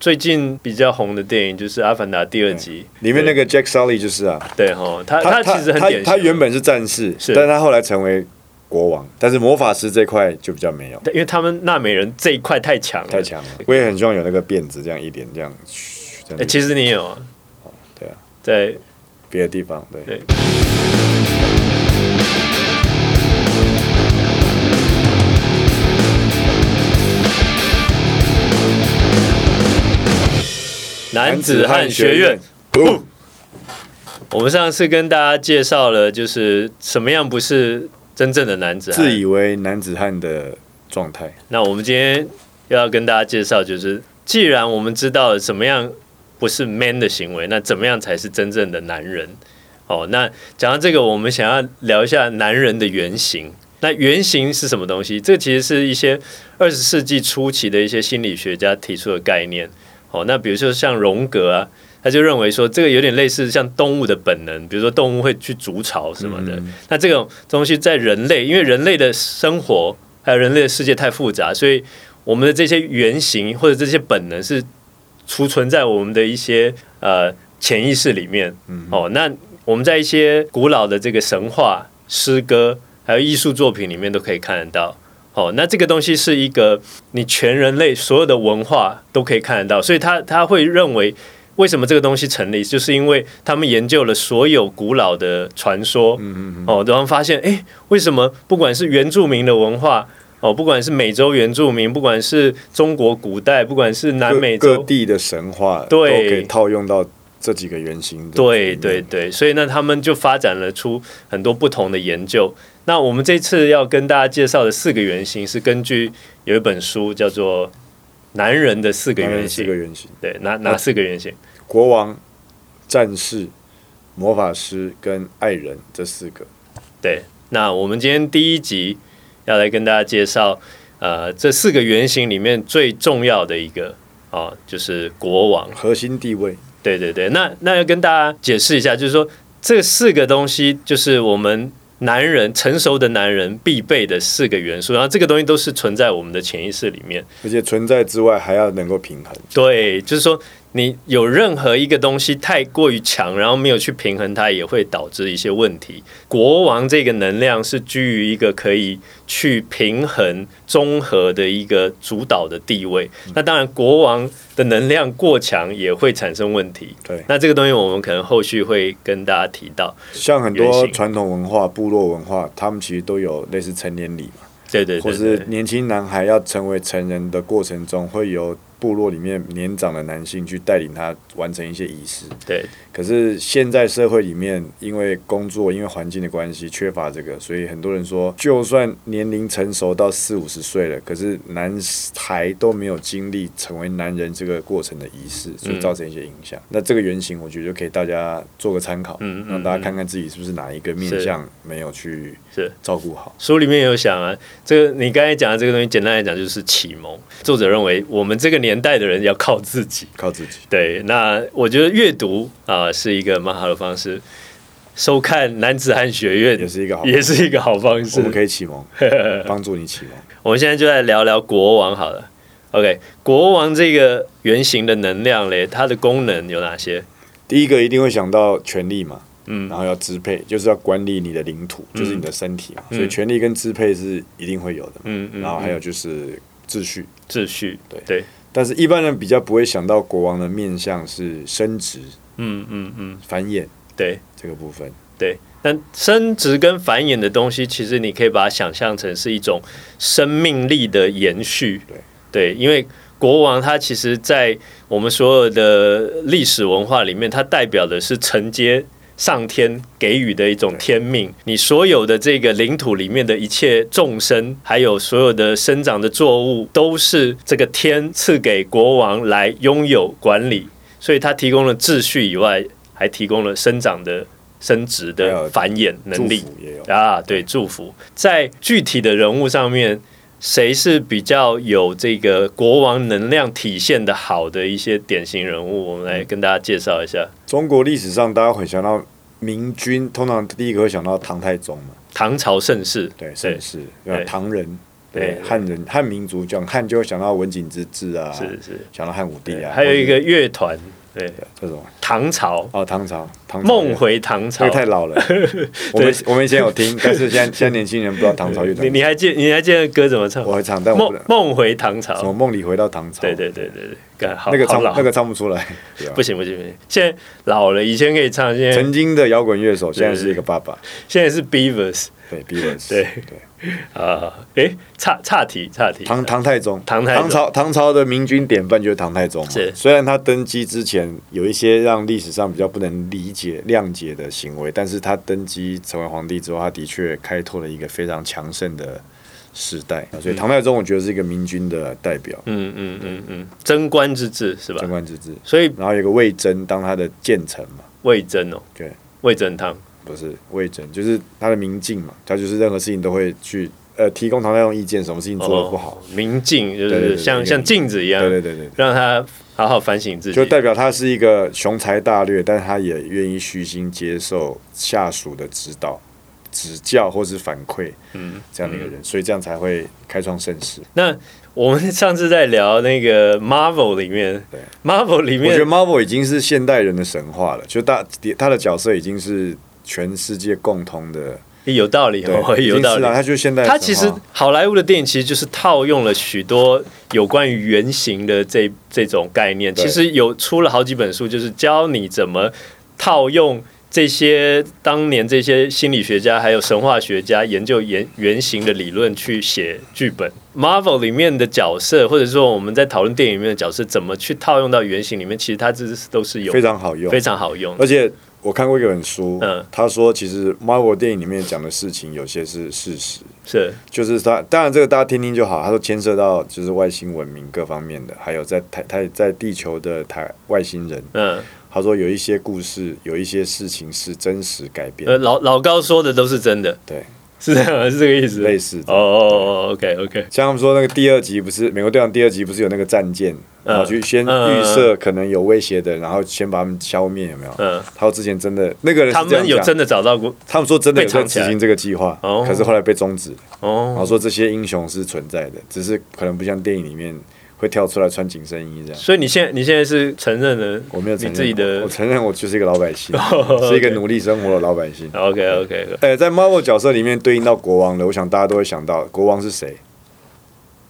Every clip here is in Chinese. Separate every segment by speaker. Speaker 1: 最近比较红的电影就是《阿凡达》第二集，
Speaker 2: 里面那个 Jack Sully 就是啊，
Speaker 1: 对哈，呃他
Speaker 2: 他
Speaker 1: 其实很
Speaker 2: 他
Speaker 1: 典型。
Speaker 2: 他原本是战士，
Speaker 1: 是
Speaker 2: 但他后来成为国王，但是魔法师这块就比较没有。
Speaker 1: 因为他们纳美人这一块太强了，
Speaker 2: 太强了，我也很希望有那个辫子，这样一点这样，嘘这
Speaker 1: 哎、
Speaker 2: 样
Speaker 1: 其实你也有啊，
Speaker 2: 对啊，
Speaker 1: 在
Speaker 2: 别的地方对。
Speaker 1: 男子汉学院。，
Speaker 2: 不，
Speaker 1: 我们上次跟大家介绍了，就是什么样不是真正的男子
Speaker 2: 自
Speaker 1: 汉。
Speaker 2: 以为男子汉的状态，
Speaker 1: 那我们今天要跟大家介绍，就是既然我们知道了怎么样不是 man 的行为，那怎么样才是真正的男人？哦，那讲到这个，我们想要聊一下男人的原型。那原型是什么东西？这其实是一些二十世纪初期的一些心理学家提出的概念。哦，那比如说像荣格啊，他就认为说这个有点类似像动物的本能，比如说动物会去筑巢什么的。那这种东西在人类，因为人类的生活还有人类的世界太复杂，所以我们的这些原型或者这些本能是储存在我们的一些呃潜意识里面。
Speaker 2: 嗯
Speaker 1: 哦，那我们在一些古老的这个神话、诗歌还有艺术作品里面都可以看得到。哦，那这个东西是一个你全人类所有的文化都可以看得到，所以他他会认为为什么这个东西成立，就是因为他们研究了所有古老的传说，
Speaker 2: 嗯
Speaker 1: 哦，然后发现，哎，为什么不管是原住民的文化，哦，不管是美洲原住民，不管是中国古代，不管是南美洲
Speaker 2: 各各，地的神话都
Speaker 1: 对
Speaker 2: 可以套用到这几个原型的
Speaker 1: 对
Speaker 2: 里面
Speaker 1: 对，对，所以呢，他们就发展了出很多不同的研究。那我们这次要跟大家介绍的四个原型是根据有一本书叫做《男人的四个
Speaker 2: 当
Speaker 1: 原
Speaker 2: 然
Speaker 1: 型
Speaker 2: 是》个，原型，
Speaker 1: 对，哪哪四个原型？
Speaker 2: 国王、战士、魔法师跟爱人这四个，
Speaker 1: 对，那我们今天第一集要来跟大家介绍，呃，这四个原型里面最重要的一个啊、就是国王。
Speaker 2: 核心地位，
Speaker 1: 对对对，那那要跟大家解释一下，就是说这四个东西就是我们男人成熟的男人必备的四个元素，然后这个东西都是存在我们的潜意识里面。
Speaker 2: 而且存在之外还要能够平衡。
Speaker 1: 对，就是说你有任何一个东西太过于强，然后没有去平衡它，也会导致一些问题。国王这个能量是居于一个可以去平衡、综合的一个主导的地位。那当然，国王的能量过强也会产生问题。
Speaker 2: 对
Speaker 1: 那这个东西我们可能后续会跟大家提到。
Speaker 2: 像很
Speaker 1: 原
Speaker 2: 多
Speaker 1: 型
Speaker 2: 传统文化、部落文化，他们其实都有类似成年礼嘛，
Speaker 1: 对对
Speaker 2: 或
Speaker 1: 对对
Speaker 2: 是年轻男孩要成为成人的过程中，会由部落里面年长的男性去带领他完成一些仪式。
Speaker 1: 对
Speaker 2: 可是现在社会里面，因为工作、因为环境的关系，缺乏这个，所以很多人说，就算年龄成熟到四五十岁了，可是男孩都没有经历成为男人这个过程的仪
Speaker 1: 嗯
Speaker 2: 式，所以造成一些影响。那这个原型，我觉得就可以大家做个参考，
Speaker 1: 嗯嗯
Speaker 2: 让大家看看自己是不是哪一个面向没有去
Speaker 1: 是。
Speaker 2: 照顾好。
Speaker 1: 书里面也有讲啊，这个你刚才讲的这个东西，简单来讲就是启蒙。作者认为我们这个年代的人要靠自己，
Speaker 2: 靠自己，
Speaker 1: 对，那我觉得阅读啊、是一个蛮好的方式，收看《男子汉学院》
Speaker 2: 也是一个好
Speaker 1: 也是一个好方式
Speaker 2: 我。们可以 启蒙，帮助你启蒙。
Speaker 1: 我们现在就来聊聊国王好了。OK，国王这个原型的能量嘞，它的功能有哪些？
Speaker 2: 第一个一定会想到权力嘛，
Speaker 1: 嗯
Speaker 2: 然后要支配，就是要管理你的领土，就是你的身体嘛，所以权力跟支配是一定会有的嘛，
Speaker 1: 嗯嗯
Speaker 2: 然后还有就是秩序，
Speaker 1: 秩序，
Speaker 2: 对
Speaker 1: 对，
Speaker 2: 但是一般人比较不会想到国王的面向是生殖、
Speaker 1: 嗯嗯嗯，
Speaker 2: 繁衍
Speaker 1: 对
Speaker 2: 这个部分，
Speaker 1: 对。那生殖跟繁衍的东西，其实你可以把它想象成是一种生命力的延续。
Speaker 2: 对
Speaker 1: 对，因为国王他其实，在我们所有的历史文化里面，它代表的是承接上天给予的一种天命。你所有的这个领土里面的一切众生，还有所有的生长的作物，都是这个天赐给国王来拥有管理。所以，它提供了秩序以外，还提供了生长的、生殖
Speaker 2: 还
Speaker 1: 的
Speaker 2: 有
Speaker 1: 繁衍能力
Speaker 2: 祝。福也有。
Speaker 1: 啊，对，祝福在具体的人物上面，谁是比较有这个国王能量体现的好的一些典型人物，我们
Speaker 2: 嗯
Speaker 1: 来跟大家介绍一下。
Speaker 2: 中国历史上大家会想到明君，通常第一个会想到唐太宗嘛，
Speaker 1: 唐朝盛世，
Speaker 2: 对，盛世，
Speaker 1: 对
Speaker 2: 对，唐人，对
Speaker 1: 对
Speaker 2: 汉人汉民族讲汉就会想到文景之治啊，
Speaker 1: 是是，
Speaker 2: 想到汉武帝啊，
Speaker 1: 还有一
Speaker 2: 或
Speaker 1: 个乐团，对，
Speaker 2: 者这种
Speaker 1: 唐朝，
Speaker 2: 哦，唐朝唐朝
Speaker 1: 梦回唐
Speaker 2: 这
Speaker 1: 朝
Speaker 2: 个。太 老了，我们我们以前有听，但是现在现在年轻人不知道唐朝乐
Speaker 1: 你
Speaker 2: 团，
Speaker 1: 你还记你还记得歌怎么唱？
Speaker 2: 我会唱，但我不
Speaker 1: 梦
Speaker 2: 能
Speaker 1: 梦回唐
Speaker 2: 什么
Speaker 1: 朝。
Speaker 2: 梦里回到唐朝，
Speaker 1: 对对对对对，干好
Speaker 2: 那个
Speaker 1: 好
Speaker 2: 唱
Speaker 1: 老
Speaker 2: 那个唱不出来，对啊
Speaker 1: 不行不行不行，现在老了，以前可以唱，现在
Speaker 2: 曾经的摇滚乐手现在
Speaker 1: 对
Speaker 2: 是一个爸爸，
Speaker 1: 现在是 Beavers
Speaker 2: 对 b e a
Speaker 1: 对
Speaker 2: 对，
Speaker 1: 啊，诶，岔岔题岔题，
Speaker 2: 唐唐太宗，
Speaker 1: 唐太宗
Speaker 2: 朝唐朝的明君典范就是唐太宗嘛
Speaker 1: 是
Speaker 2: 虽然他登基之前有一些让历史上比较不能理解、谅解的行为，但是他登基成为皇帝之后，他的确开拓了一个非常强盛的时代。所以唐太宗，我觉得是一个明君的代表，
Speaker 1: 嗯嗯嗯嗯，贞观之治是吧
Speaker 2: 贞？观之治。
Speaker 1: 所以
Speaker 2: 然后有一个魏征当他的谏臣嘛，
Speaker 1: 味噌哦，
Speaker 2: 对，
Speaker 1: 味噌汤，
Speaker 2: 不是魏征，就是他的明镜嘛，他就是任何事情都会去呃提供唐太宗意见，什么事情做的不好，
Speaker 1: 哦，明镜就
Speaker 2: 对对对
Speaker 1: 是
Speaker 2: 对
Speaker 1: 像
Speaker 2: 对
Speaker 1: 像镜子一样
Speaker 2: 对，对对对对。
Speaker 1: 让他好好反省自己
Speaker 2: 就。代表他是一个雄才大略，但他也愿意虚心接受下属的指导、指教或是反馈，嗯，这样的一个人，所以这样才会开创盛世。
Speaker 1: 那我们上次在聊那个 Marvel 里面
Speaker 2: 对
Speaker 1: ，Marvel 里
Speaker 2: 我觉得
Speaker 1: 面
Speaker 2: Marvel 已经是现代人的神话了，就大他的角色已经是全世界共同的，
Speaker 1: 有道理
Speaker 2: 对，
Speaker 1: 哦，
Speaker 2: 已
Speaker 1: 有
Speaker 2: 经
Speaker 1: 道
Speaker 2: 是啊
Speaker 1: 理
Speaker 2: 了，。他就是现代的神话。
Speaker 1: 它其实好莱坞的电影其实就是套用了许多有关于原型的这这种概念，
Speaker 2: 对
Speaker 1: 其实有出了好几本书，就是教你怎么套用这些当年这些心理学家还有神话学家研究原原型的理论去写剧本。Marvel 里面的角色，或者说我们在讨论电影里面的角色，怎么去套用到原型里面，其实它这是都是有
Speaker 2: 非常好用，
Speaker 1: 非常好用的。
Speaker 2: 而且我看过一本书，
Speaker 1: 嗯
Speaker 2: 他说其实 Marvel 电影里面讲的事情有些是事实，
Speaker 1: 是
Speaker 2: 就是他，当然这个大家听听就好。他说牵涉到就是外星文明各方面的，还有在台台在地球的台外星人。
Speaker 1: 嗯
Speaker 2: 他说有一些故事，有一些事情是真实改编，
Speaker 1: 呃老老高说的都是真的，
Speaker 2: 对，
Speaker 1: 是 这样吗是这个意思。
Speaker 2: 类似
Speaker 1: 哦
Speaker 2: 的。
Speaker 1: 哦哦，OK OK，
Speaker 2: 像他们说那个第二集不是美国队长第二集不是有那个战舰，然后去先
Speaker 1: 嗯
Speaker 2: 预设可能有威胁的，然后先把他们消灭，有没有？
Speaker 1: 嗯，
Speaker 2: 他说之前真的那个人是
Speaker 1: 他
Speaker 2: 这样
Speaker 1: 们有
Speaker 2: 讲
Speaker 1: 真的找到过
Speaker 2: 他们说真的有在
Speaker 1: 被藏起
Speaker 2: 执
Speaker 1: 来
Speaker 2: 行这个计划
Speaker 1: 哦，
Speaker 2: 可是后来被终止了。然后
Speaker 1: 哦，
Speaker 2: 说这些英雄是存在的，只是可能不像电影里面会跳出来穿紧身衣这样。
Speaker 1: 所以你现在你现在是承认了，
Speaker 2: 我没有承认
Speaker 1: 你自己的哦
Speaker 2: 我承认我就是一个老 百姓
Speaker 1: OK
Speaker 2: 是一个努力生活的老百姓。
Speaker 1: OK OK，
Speaker 2: 呃，在 Marvel 角色里面对应到国王的，我想大家都会想到国王是谁？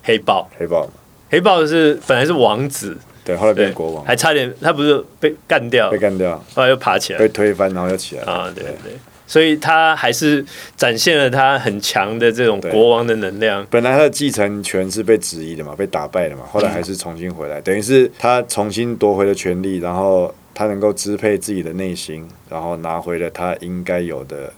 Speaker 1: 黑豹，
Speaker 2: 黑豹嘛，
Speaker 1: 黑豹是本来是王子，
Speaker 2: 对，后来
Speaker 1: 对
Speaker 2: 变，国王，
Speaker 1: 还差点他不是被干掉
Speaker 2: 被，干掉，
Speaker 1: 后来又爬起来
Speaker 2: 被推翻，然后又起来。
Speaker 1: 啊，对对对，所以他还是展现了他很强的这种
Speaker 2: 对
Speaker 1: 国王的能量，
Speaker 2: 本来他的继承权是被质疑的嘛，被打败
Speaker 1: 嗯
Speaker 2: 的嘛，后来还是重新回来，等于是他重新夺回了权利，然后他能够支配自己的内心，然后拿回了他应该有的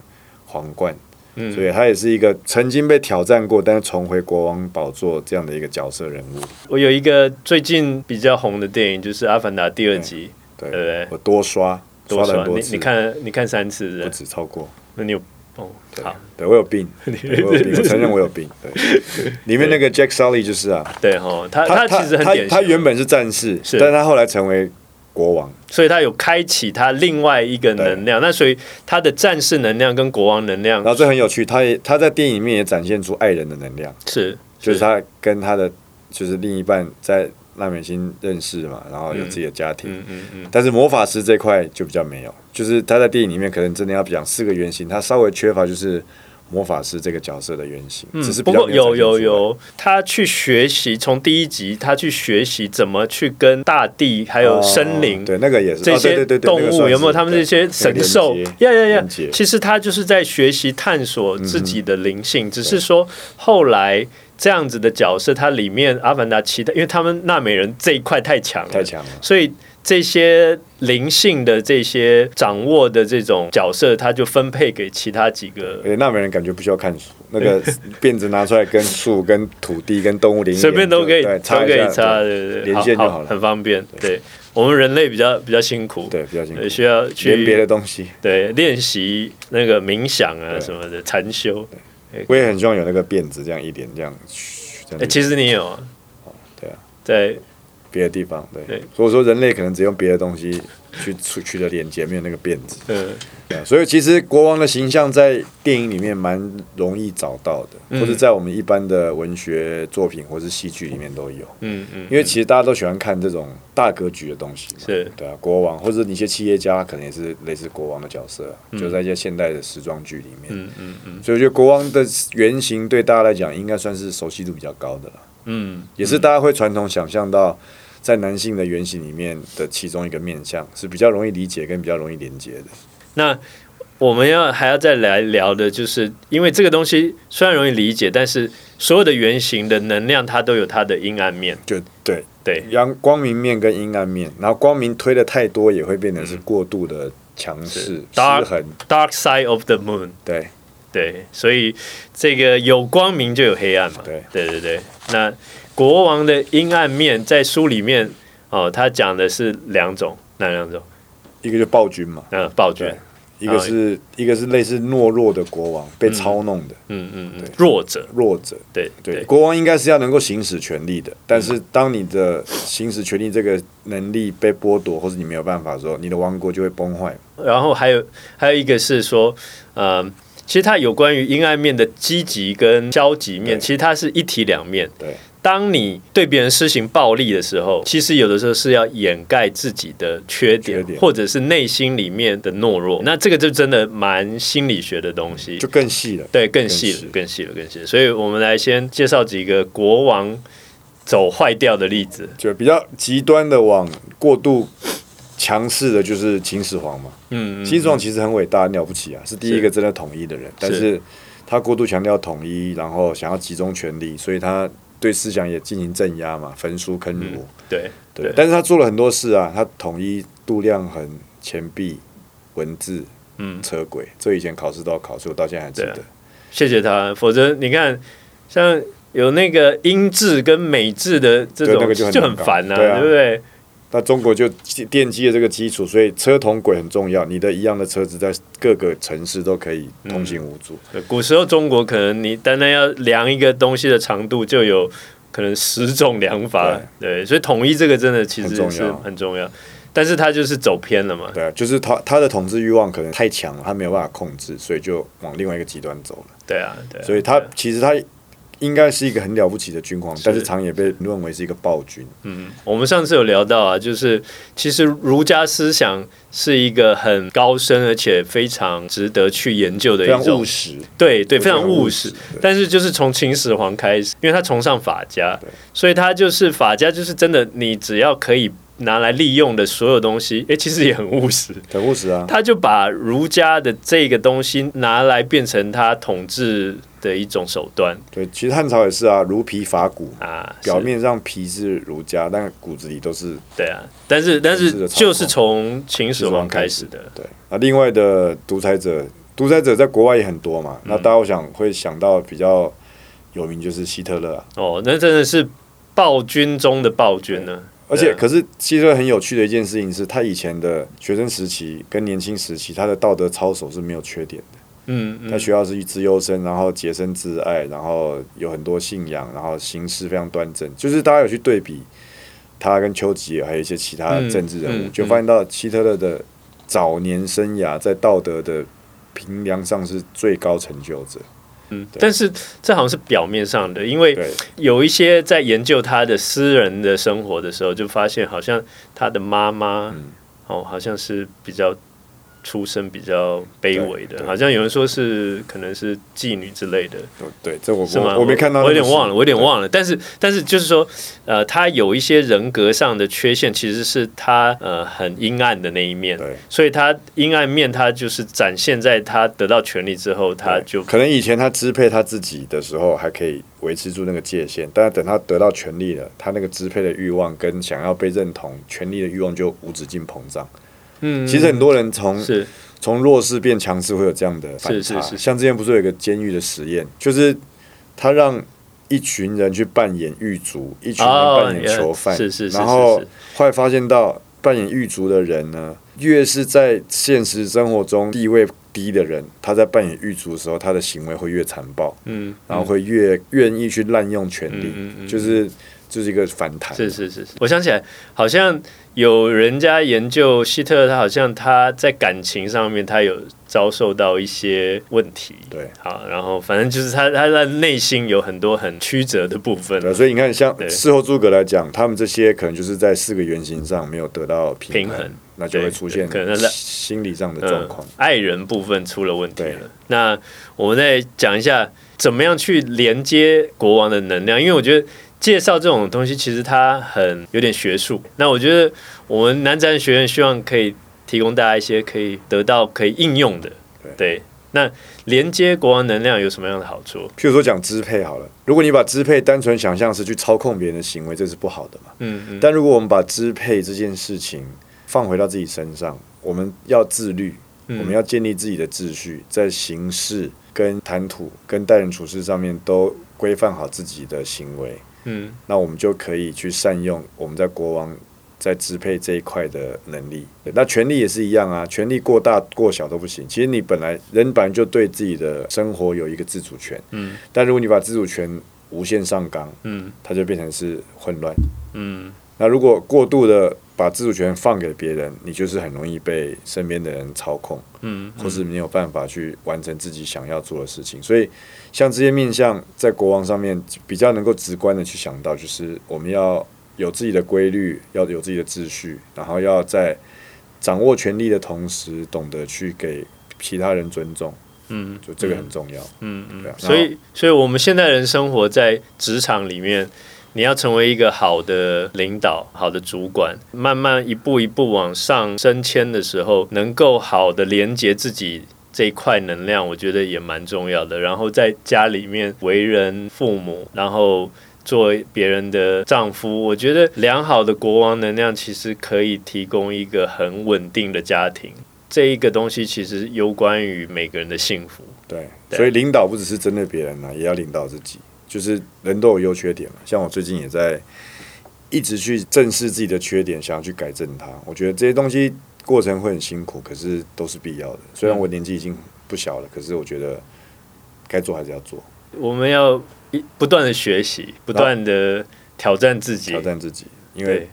Speaker 2: 皇冠。
Speaker 1: 嗯
Speaker 2: 所以他也是一个曾经被挑战过，但是重回国王宝座这样的一个角色人物。
Speaker 1: 我有一个最近比较红的电影就是《阿凡达》第二集，
Speaker 2: 对，
Speaker 1: 对不对
Speaker 2: 我多刷刷
Speaker 1: 呃多
Speaker 2: 了
Speaker 1: 少
Speaker 2: 很多
Speaker 1: 你
Speaker 2: 次，
Speaker 1: 你看你看三次是
Speaker 2: 不
Speaker 1: 不是，
Speaker 2: 止超过。
Speaker 1: 那你有哦好
Speaker 2: 对我 有病，对我有病，我承认我有病。对，里面那个 Jack Sully 就是啊，
Speaker 1: 对哦，他
Speaker 2: 他
Speaker 1: 其实很
Speaker 2: 他
Speaker 1: 典型，啊
Speaker 2: 他原本是战士，
Speaker 1: 是
Speaker 2: 但他后来成为国王。
Speaker 1: 所以他有开启他另外一个能量，那所以他的战士能量跟国王能量
Speaker 2: 然后这很有趣，他也他在电影里面也展现出爱人的能量，
Speaker 1: 是
Speaker 2: 就是他跟他的就是另一半在纳美星认识嘛，然后有自己的家庭。
Speaker 1: 嗯嗯嗯，
Speaker 2: 但是魔法师这块就比较没有，就是他在电影里面可能真的要讲四个原型，他稍微缺乏就是魔法师这个角色的原型，嗯只是
Speaker 1: 嗯不
Speaker 2: 比较
Speaker 1: 过
Speaker 2: 没有
Speaker 1: 有
Speaker 2: 展现
Speaker 1: 有
Speaker 2: 出来，
Speaker 1: 有，他去学习从第一集他去学习怎么去跟大地还有
Speaker 2: 哦
Speaker 1: 森林。
Speaker 2: 对那个也是
Speaker 1: 这
Speaker 2: 哦对
Speaker 1: 些
Speaker 2: 对对对
Speaker 1: 动
Speaker 2: 那个
Speaker 1: 物
Speaker 2: 算
Speaker 1: 有没有？
Speaker 2: 是
Speaker 1: 他们
Speaker 2: 对
Speaker 1: 这些神兽
Speaker 2: 那个连，接
Speaker 1: 呀呀呀
Speaker 2: 连！接
Speaker 1: 其实他就是在学习探索自己的灵
Speaker 2: 嗯
Speaker 1: 性，只是说后来这样子的角色，它里面阿凡达期待，因为他们纳美人这一块太强了，
Speaker 2: 太强了。
Speaker 1: 所以这些灵性的这些掌握的这种角色，他就分配给其他几个
Speaker 2: 而，且那美人感觉不需要看书，那个 辫子拿出来跟树、跟土地、跟动物连一连
Speaker 1: 随便都可以
Speaker 2: 就对
Speaker 1: 都
Speaker 2: 插一
Speaker 1: 可以
Speaker 2: 下
Speaker 1: 插，
Speaker 2: 对
Speaker 1: 对对对，
Speaker 2: 连线就
Speaker 1: 好
Speaker 2: 好了
Speaker 1: 很方便。对我们人类比较比较辛苦，
Speaker 2: 对，比较辛苦
Speaker 1: 呃，。需要去
Speaker 2: 连别的东西，
Speaker 1: 对练习那个冥想啊
Speaker 2: 对
Speaker 1: 什么的禅修。
Speaker 2: 我也很希望
Speaker 1: 哎
Speaker 2: 有那个辫子这样一点这样。嘘这样
Speaker 1: 哎，其实你有啊，
Speaker 2: 哦对啊，
Speaker 1: 在
Speaker 2: 别的地方，对。
Speaker 1: 对
Speaker 2: 所以我说人类可能只用别的东西去取取得连接，没有那个辫子。
Speaker 1: 嗯
Speaker 2: 对啊所以其实国王的形象在电影里面蛮容易找到的，
Speaker 1: 嗯
Speaker 2: 或者在我们一般的文学作品或是戏剧里面都有。
Speaker 1: 嗯嗯，
Speaker 2: 因为其实大家都喜欢看这种大格局的东西嘛，
Speaker 1: 是
Speaker 2: 对啊，国王或者一些企业家可能也是类似国王的角色啊、就在一些现代的时装剧里面，
Speaker 1: 嗯嗯嗯
Speaker 2: 所以我觉得国王的原型对大家来讲应该算是熟悉度比较高的了，
Speaker 1: 嗯，
Speaker 2: 也是大家会传统想象到在男性的原型里面的其中一个面相是比较容易理解跟比较容易连接的，
Speaker 1: 那我们要还要再来聊的，就是因为这个东西虽然容易理解，但是所有的原型的能量，它都有它的阴暗面。
Speaker 2: 就对
Speaker 1: 对，
Speaker 2: 阳光明面跟阴暗面，然后光明推的太多也会变成是过度的强势、
Speaker 1: 当然
Speaker 2: 失衡，
Speaker 1: Dark Side of the Moon。
Speaker 2: 对。
Speaker 1: 对，所以这个有光明就有黑暗嘛。
Speaker 2: 对
Speaker 1: 对对对那国王的阴暗面在书里面哦，他讲的是两种，哪两种？
Speaker 2: 一个就暴君嘛，
Speaker 1: 嗯，暴君
Speaker 2: 对，一个是、一个是类似懦弱的国王，被操弄的、
Speaker 1: 啊嗯嗯嗯
Speaker 2: 对，
Speaker 1: 弱者，
Speaker 2: 弱者。
Speaker 1: 对
Speaker 2: 对，国王应该是要能够行使权力的，但是当你的行使权力这个能力被剥夺，或者你没有办法的时候，你的王国就会崩坏。
Speaker 1: 然后还有还有一个是说，呃，其实它有关于阴暗面的积极跟消极面，
Speaker 2: 对
Speaker 1: 其实它是一体两面。
Speaker 2: 对，
Speaker 1: 当你对别人施行暴力的时候，其实有的时候是要掩盖自己的缺点，
Speaker 2: 缺点
Speaker 1: 或者是内心里面的懦弱。那这个就真的蛮心理学的东西，
Speaker 2: 就更细了。
Speaker 1: 对，更细了，更细了，更细了。所以我们来先介绍几个国王走坏掉的例子。
Speaker 2: 就比较极端的往过度强势的，就是秦始皇嘛。
Speaker 1: 嗯，嗯
Speaker 2: 秦始皇其实很伟大，了不起啊，是第一个真的统一的人，但是他过度强调统一，然后想要集中权力，所以他对思想也进行镇压嘛，焚书坑儒。
Speaker 1: 嗯对
Speaker 2: 对，但是他做了很多事啊，他统一度量衡、钱币、文字、
Speaker 1: 嗯
Speaker 2: 车轨，这以前考试都要考，所以我到现在还记
Speaker 1: 对啊
Speaker 2: 得。
Speaker 1: 谢谢他，否则你看，像有那个英制跟美制的这
Speaker 2: 对那
Speaker 1: 种
Speaker 2: 个就很
Speaker 1: 很
Speaker 2: 难搞
Speaker 1: 烦呐、
Speaker 2: 对啊
Speaker 1: 不对？
Speaker 2: 那中国就奠基了这个基础，所以车同轨很重要。你的一样的车子在各个城市都可以通行无阻。
Speaker 1: 对古时候中国可能你单单要量一个东西的长度，就有可能十种量法，对所以统一这个真的其实
Speaker 2: 很重要
Speaker 1: 是很重要，但是它就是走偏了嘛，
Speaker 2: 对啊，就是他他的统治欲望可能太强了，他没有办法控制，所以就往另外一个极端走了。
Speaker 1: 对啊，对啊
Speaker 2: 所以他其实他应该是一个很了不起的君皇，但是常也被认为是一个暴君。
Speaker 1: 嗯，我们上次有聊到啊，就是其实儒家思想是一个很高深而且非常值得去研究的
Speaker 2: 非常
Speaker 1: 一种
Speaker 2: 务实，
Speaker 1: 对对，
Speaker 2: 我
Speaker 1: 非
Speaker 2: 觉得
Speaker 1: 常
Speaker 2: 很
Speaker 1: 务
Speaker 2: 务
Speaker 1: 实
Speaker 2: 实对。
Speaker 1: 但是就是从秦始皇开始，因为他崇尚法家，所以他就是法家，就是真的，你只要可以拿来利用的所有东西，诶，其实也很务实。
Speaker 2: 很务实啊。
Speaker 1: 他就把儒家的这个东西拿来变成他统治的一种手段
Speaker 2: 对，其实汉朝也是啊，如皮伐骨，
Speaker 1: 啊，是
Speaker 2: 表面上皮是儒家，但骨子里都是
Speaker 1: 对啊。但是但
Speaker 2: 统治
Speaker 1: 是
Speaker 2: 的操
Speaker 1: 就是
Speaker 2: 控
Speaker 1: 从秦始
Speaker 2: 始
Speaker 1: 皇
Speaker 2: 皇
Speaker 1: 开
Speaker 2: 开
Speaker 1: 始
Speaker 2: 始
Speaker 1: 的，
Speaker 2: 对。那另外的独裁者，独裁者在国外也很多
Speaker 1: 嗯
Speaker 2: 嘛。那大家我想会想到比较有名就是希特勒啊，
Speaker 1: 哦，那真的是暴君中的暴君呢、
Speaker 2: 而
Speaker 1: 对
Speaker 2: 且
Speaker 1: 啊
Speaker 2: 可是希特勒很有趣的一件事情是，他以前的学生时期跟年轻时期，他的道德操守是没有缺点的。
Speaker 1: 嗯
Speaker 2: 他
Speaker 1: 嗯，
Speaker 2: 学校是一自优生，然后洁身自爱，然后有很多信仰，然后行事非常端正。就是大家有去对比他跟丘吉尔，还有一些其他
Speaker 1: 嗯
Speaker 2: 政治人物，
Speaker 1: 嗯
Speaker 2: 就发现到希特勒的早年生涯在道德的评量上是最高成就者。
Speaker 1: 嗯但是这好像是表面上的，因为
Speaker 2: 对，
Speaker 1: 有一些在研究他的私人的生活的时候，就发现好像他的妈妈、
Speaker 2: 嗯
Speaker 1: 哦，好像是比较出身比较卑微
Speaker 2: 对
Speaker 1: 的，
Speaker 2: 对
Speaker 1: 好像有人说是可能是妓女之类的，
Speaker 2: 对，这我
Speaker 1: 是吗？
Speaker 2: 我我没看到，
Speaker 1: 我有点忘了，。我有点忘了。但是但是就是说，呃，他有一些人格上的缺陷，其实是他呃很阴暗的那一面，
Speaker 2: 对，
Speaker 1: 所以他阴暗面他就是展现在他得到权力之后，他
Speaker 2: 对
Speaker 1: 就
Speaker 2: 可能以前他支配他自己的时候还可以维持住那个界限，但是等他得到权力了，他那个支配的欲望跟想要被认同、权力的欲望就无止境膨胀。
Speaker 1: 嗯，
Speaker 2: 其实很多人从
Speaker 1: 是
Speaker 2: 从弱势变强势会有这样的反差。
Speaker 1: 是是是
Speaker 2: 像之前不是有一个监狱的实验，就是他让一群人去扮演狱卒，一群人
Speaker 1: 哦
Speaker 2: 扮演囚犯，
Speaker 1: yeah，是是是
Speaker 2: 然后
Speaker 1: 是是
Speaker 2: 后来发现到扮演狱卒的人呢，越是在现实生活中地位低的人，他在扮演狱卒的时候，他的行为会越残暴，
Speaker 1: 嗯，
Speaker 2: 然后会越愿意去滥用权力，
Speaker 1: 嗯嗯嗯
Speaker 2: 就是。就是一个反弹。
Speaker 1: 是是是是，我想起来，好像有人家研究希特勒，他好像他在感情上面他有遭受到一些问题。
Speaker 2: 对，
Speaker 1: 好，然后反正就是他他的内心有很多很曲折的部分，
Speaker 2: 对，所以你看，像
Speaker 1: 对
Speaker 2: 事后诸葛来讲，他们这些可能就是在四个原型上没有得到平
Speaker 1: 平衡
Speaker 2: 那就
Speaker 1: 对
Speaker 2: 会出现
Speaker 1: 可能在
Speaker 2: 心理上的状
Speaker 1: 嗯
Speaker 2: 况。，
Speaker 1: 爱人部分出了问题
Speaker 2: 对
Speaker 1: 了。那我们再讲一下怎么样去连接国王的能量，因为我觉得介绍这种东西其实它很有点学术。那我觉得我们南展学院希望可以提供大家一些可以得到可以应用的，对。那连接国王能量有什么样的好处？
Speaker 2: 譬如说讲支配好了，如果你把支配单纯想象是去操控别人的行为，这是不好的嘛。
Speaker 1: 嗯嗯，
Speaker 2: 但如果我们把支配这件事情放回到自己身上，我们要自律，
Speaker 1: 嗯
Speaker 2: 我们要建立自己的秩序，在行事、跟谈吐、跟待人处事上面都规范好自己的行为，
Speaker 1: 嗯
Speaker 2: 那我们就可以去善用我们在国王在支配这一块的能力。对那权力也是一样啊，权力过大过小都不行。其实你本来人本来就对自己的生活有一个自主权，
Speaker 1: 嗯
Speaker 2: 但如果你把自主权无限上纲，
Speaker 1: 嗯
Speaker 2: 它就变成是混乱。
Speaker 1: 嗯
Speaker 2: 那如果过度的把自主权放给别人，你就是很容易被身边的人操控，
Speaker 1: 嗯，
Speaker 2: 或是没有办法去完成自己想要做的事情。所以，像这些面向在国王上面比较能够直观的去想到，就是我们要有自己的规律，要有自己的秩序，然后要在掌握权力的同时，懂得去给其他人尊重，
Speaker 1: 嗯
Speaker 2: 就这个很重要。
Speaker 1: 嗯嗯
Speaker 2: 对啊
Speaker 1: 所以，所以我们现代人生活在职场里面，你要成为一个好的领导、好的主管，慢慢一步一步往上升迁的时候，能够好的连接自己。这一块能量，我觉得也蛮重要的。然后在家里面为人父母，然后做别人的丈夫，我觉得良好的国王能量其实可以提供一个很稳定的家庭。这一个东西其实攸关于每个人的幸福。
Speaker 2: 对，
Speaker 1: 对
Speaker 2: 所以领导不只是针对别人啦、也要领导自己。就是人都有优缺点嘛，像我最近也在一直去正视自己的缺点，想要去改正它。我觉得这些东西过程会很辛苦，可是都是必要的。虽然我年纪已经不小了，可是我觉得该做还是要做，
Speaker 1: 我们要一不断的学习，不断的挑战自己，
Speaker 2: 挑战自己，因为
Speaker 1: 对，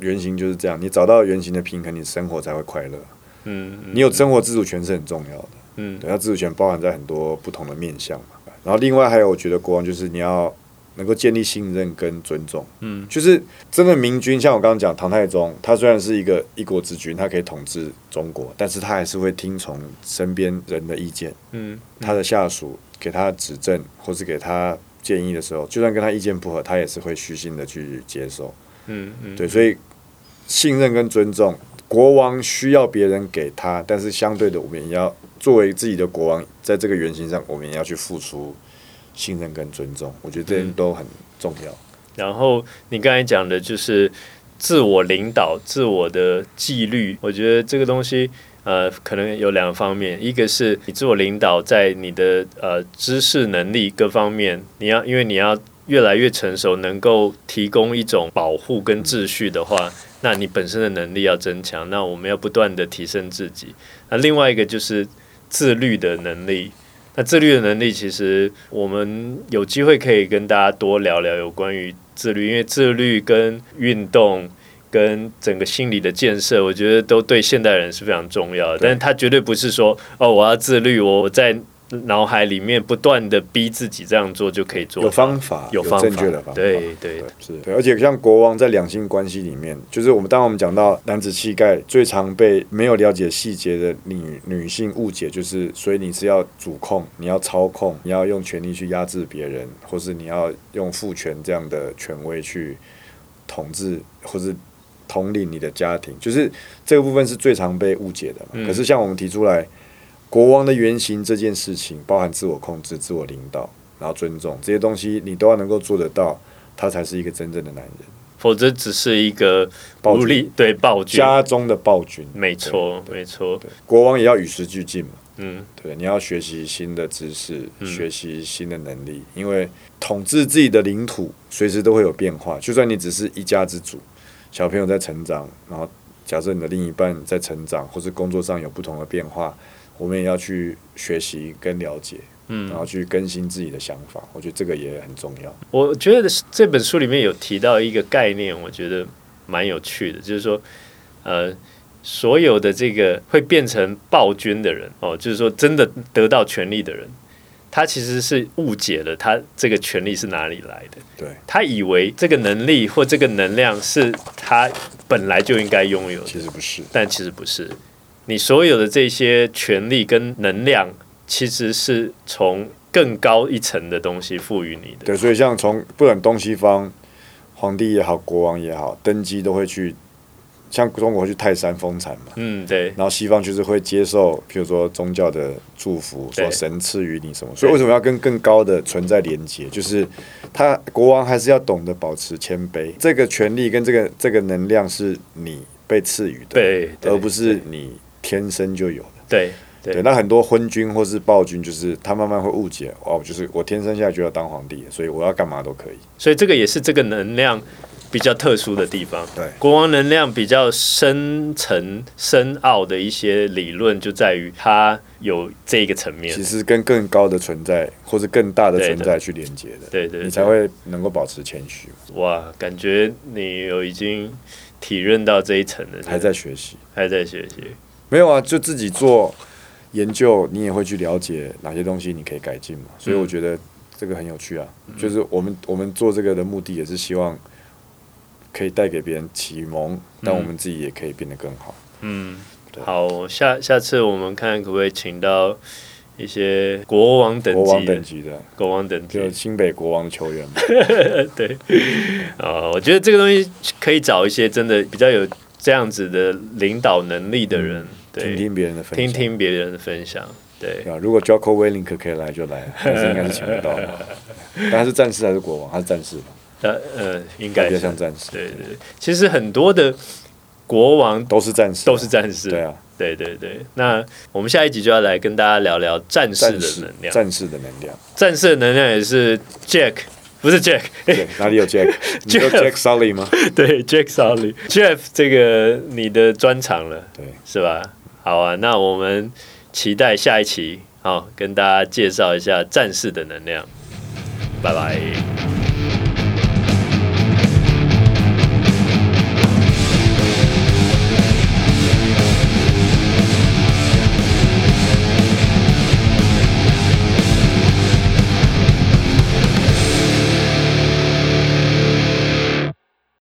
Speaker 2: 原型就是这样。你找到原型的平衡，你生活才会快乐。
Speaker 1: 嗯，嗯
Speaker 2: 你有生活自主权是很重要的。
Speaker 1: 嗯
Speaker 2: 对，它自主权包含在很多不同的面向嘛。然后另外还有，我觉得国王就是你要能够建立信任跟尊重。
Speaker 1: 嗯，
Speaker 2: 就是真的明君，像我刚刚讲唐太宗，他虽然是一个一国之君，他可以统治中国，但是他还是会听从身边人的意见。
Speaker 1: 嗯
Speaker 2: 他的下属给他指正或是给他建议的时候，就算跟他意见不合，他也是会虚心的去接受。
Speaker 1: 嗯嗯，
Speaker 2: 对，所以信任跟尊重，国王需要别人给他，但是相对的，我们也要作为自己的国王，在这个原型上，我们也要去付出信任跟尊重。我觉得这
Speaker 1: 嗯
Speaker 2: 些都很重要。
Speaker 1: 然后你刚才讲的就是自我领导、自我的纪律，我觉得这个东西。呃，可能有两个方面，一个是你自我领导，在你的呃知识能力各方面，你要因为你要越来越成熟，能够提供一种保护跟秩序的话，那你本身的能力要增强。那我们要不断的提升自己。那另外一个就是自律的能力，那自律的能力，其实我们有机会可以跟大家多聊聊有关于自律，因为自律跟运动。跟整个心理的建设，我觉得都对现代人是非常重要的。
Speaker 2: 对
Speaker 1: 但是它绝对不是说哦，我要自律，我我在脑海里面不断的逼自己这样做就可以做到。
Speaker 2: 有方法，
Speaker 1: 有方法，
Speaker 2: 正确的方法。
Speaker 1: 对对，
Speaker 2: 是对，而且像国王在两性关系里面，就是我们当我们讲到男子气概，最常被没有了解细节的女女性误解，就是所以你是要主控，你要操控，你要用权力去压制别人，或是你要用父权这样的权威去统治，或是统领你的家庭，就是这个部分是最常被误解的嘛。
Speaker 1: 嗯
Speaker 2: 可是像我们提出来，国王的原型这件事情，包含自我控制、自我领导，然后尊重这些东西，你都要能够做得到，他才是一个真正的男人，
Speaker 1: 否则只是一个
Speaker 2: 暴君
Speaker 1: 无力对暴君。
Speaker 2: 家中的暴君。
Speaker 1: 没错，没错，
Speaker 2: 对，国王也要与时俱进嘛。
Speaker 1: 嗯
Speaker 2: 对，你要学习新的知识，学习新的能力，因为统治自己的领土随时都会有变化。就算你只是一家之主，小朋友在成长，然后假设你的另一半在成长，或是工作上有不同的变化，我们也要去学习跟了解。嗯，然后去更新自己的想法，我觉得这个也很重要。
Speaker 1: 我觉得这本书里面有提到一个概念，我觉得蛮有趣的，就是说，呃，所有的这个会变成暴君的人哦，就是说真的得到权力的人，他其实是误解了他这个权力是哪里来的，
Speaker 2: 对，
Speaker 1: 他以为这个能力或这个能量是他本来就应该拥有的，
Speaker 2: 其实不是，
Speaker 1: 但其实不是。你所有的这些权利跟能量，其实是从更高一层的东西赋予你的。
Speaker 2: 对，所以像从不管东西方，皇帝也好，国王也好，登基都会去，像中国会去泰山封禅嘛，
Speaker 1: 嗯，对，
Speaker 2: 然后西方就是会接受，譬如说宗教的祝福，
Speaker 1: 对
Speaker 2: 说神赐予你什么，所以为什么要跟更高的存在连接？就是他国王还是要懂得保持谦卑，这个权利跟这个这个能量是你被赐予的，
Speaker 1: 对，对
Speaker 2: 而不是你天生就有的。
Speaker 1: 对对
Speaker 2: 对，那很多昏君或是暴君，就是他慢慢会误解哦，就是我天生下来就要当皇帝，所以我要干嘛都可以。
Speaker 1: 所以这个也是这个能量比较特殊的地方。
Speaker 2: 对
Speaker 1: 国王能量比较深层、深奥的一些理论，就在于它有这个层面
Speaker 2: 其。实跟更高的存在或是更大的
Speaker 1: 对
Speaker 2: 存
Speaker 1: 的
Speaker 2: 在去连接的，
Speaker 1: 对对，
Speaker 2: 你
Speaker 1: 对
Speaker 2: 才会能够保持谦虚，
Speaker 1: 哇，感觉你有已经体认到这一层了，
Speaker 2: 还在学习。
Speaker 1: 还在学习。
Speaker 2: 没有啊，就自己做研究，你也会去了解哪些东西你可以改进嘛。所以我觉得这个很有趣啊，
Speaker 1: 嗯
Speaker 2: 就是我们我们做这个的目的也是希望可以带给别人启蒙，但我们自己也可以变得更好。
Speaker 1: 嗯，
Speaker 2: 对
Speaker 1: 好，下下次我们看可不可以请到一些国王等
Speaker 2: 国
Speaker 1: 级
Speaker 2: 王
Speaker 1: 的
Speaker 2: 等级的，
Speaker 1: 国王等级
Speaker 2: 就新北国王的球员嘛，
Speaker 1: 对，呃，我觉得这个东西可以找一些真的比较有这样子的领导能力的人，对，
Speaker 2: 嗯听听别人的分
Speaker 1: 听
Speaker 2: 享。
Speaker 1: 听别人的分享，对
Speaker 2: 对，啊，如果 Jocko Willink 可以来 就来，但是应该是请不到的。但他是战士还是国王？他是战士吧，
Speaker 1: 呃呃，应
Speaker 2: 他
Speaker 1: 该
Speaker 2: 比较
Speaker 1: 是，
Speaker 2: 像战士。
Speaker 1: 对对，对其实很多的国王
Speaker 2: 都是战士啊，
Speaker 1: 都是战士，
Speaker 2: 对啊，
Speaker 1: 对对对。那我们下一集就要来跟大家聊聊战士
Speaker 2: 战
Speaker 1: 的
Speaker 2: 士
Speaker 1: 能量，战
Speaker 2: 战士的能量。
Speaker 1: 士的能量也是 Jack，不是 Jack，
Speaker 2: 对，哪里有 Jack？你说
Speaker 1: Jeff
Speaker 2: Jack Sully 吗？
Speaker 1: 对 Jack Sully Jeff 这个你的专长了。
Speaker 2: 对，
Speaker 1: 是吧？好啊，那我们期待下一期，好、跟大家介绍一下战士的能量。拜拜。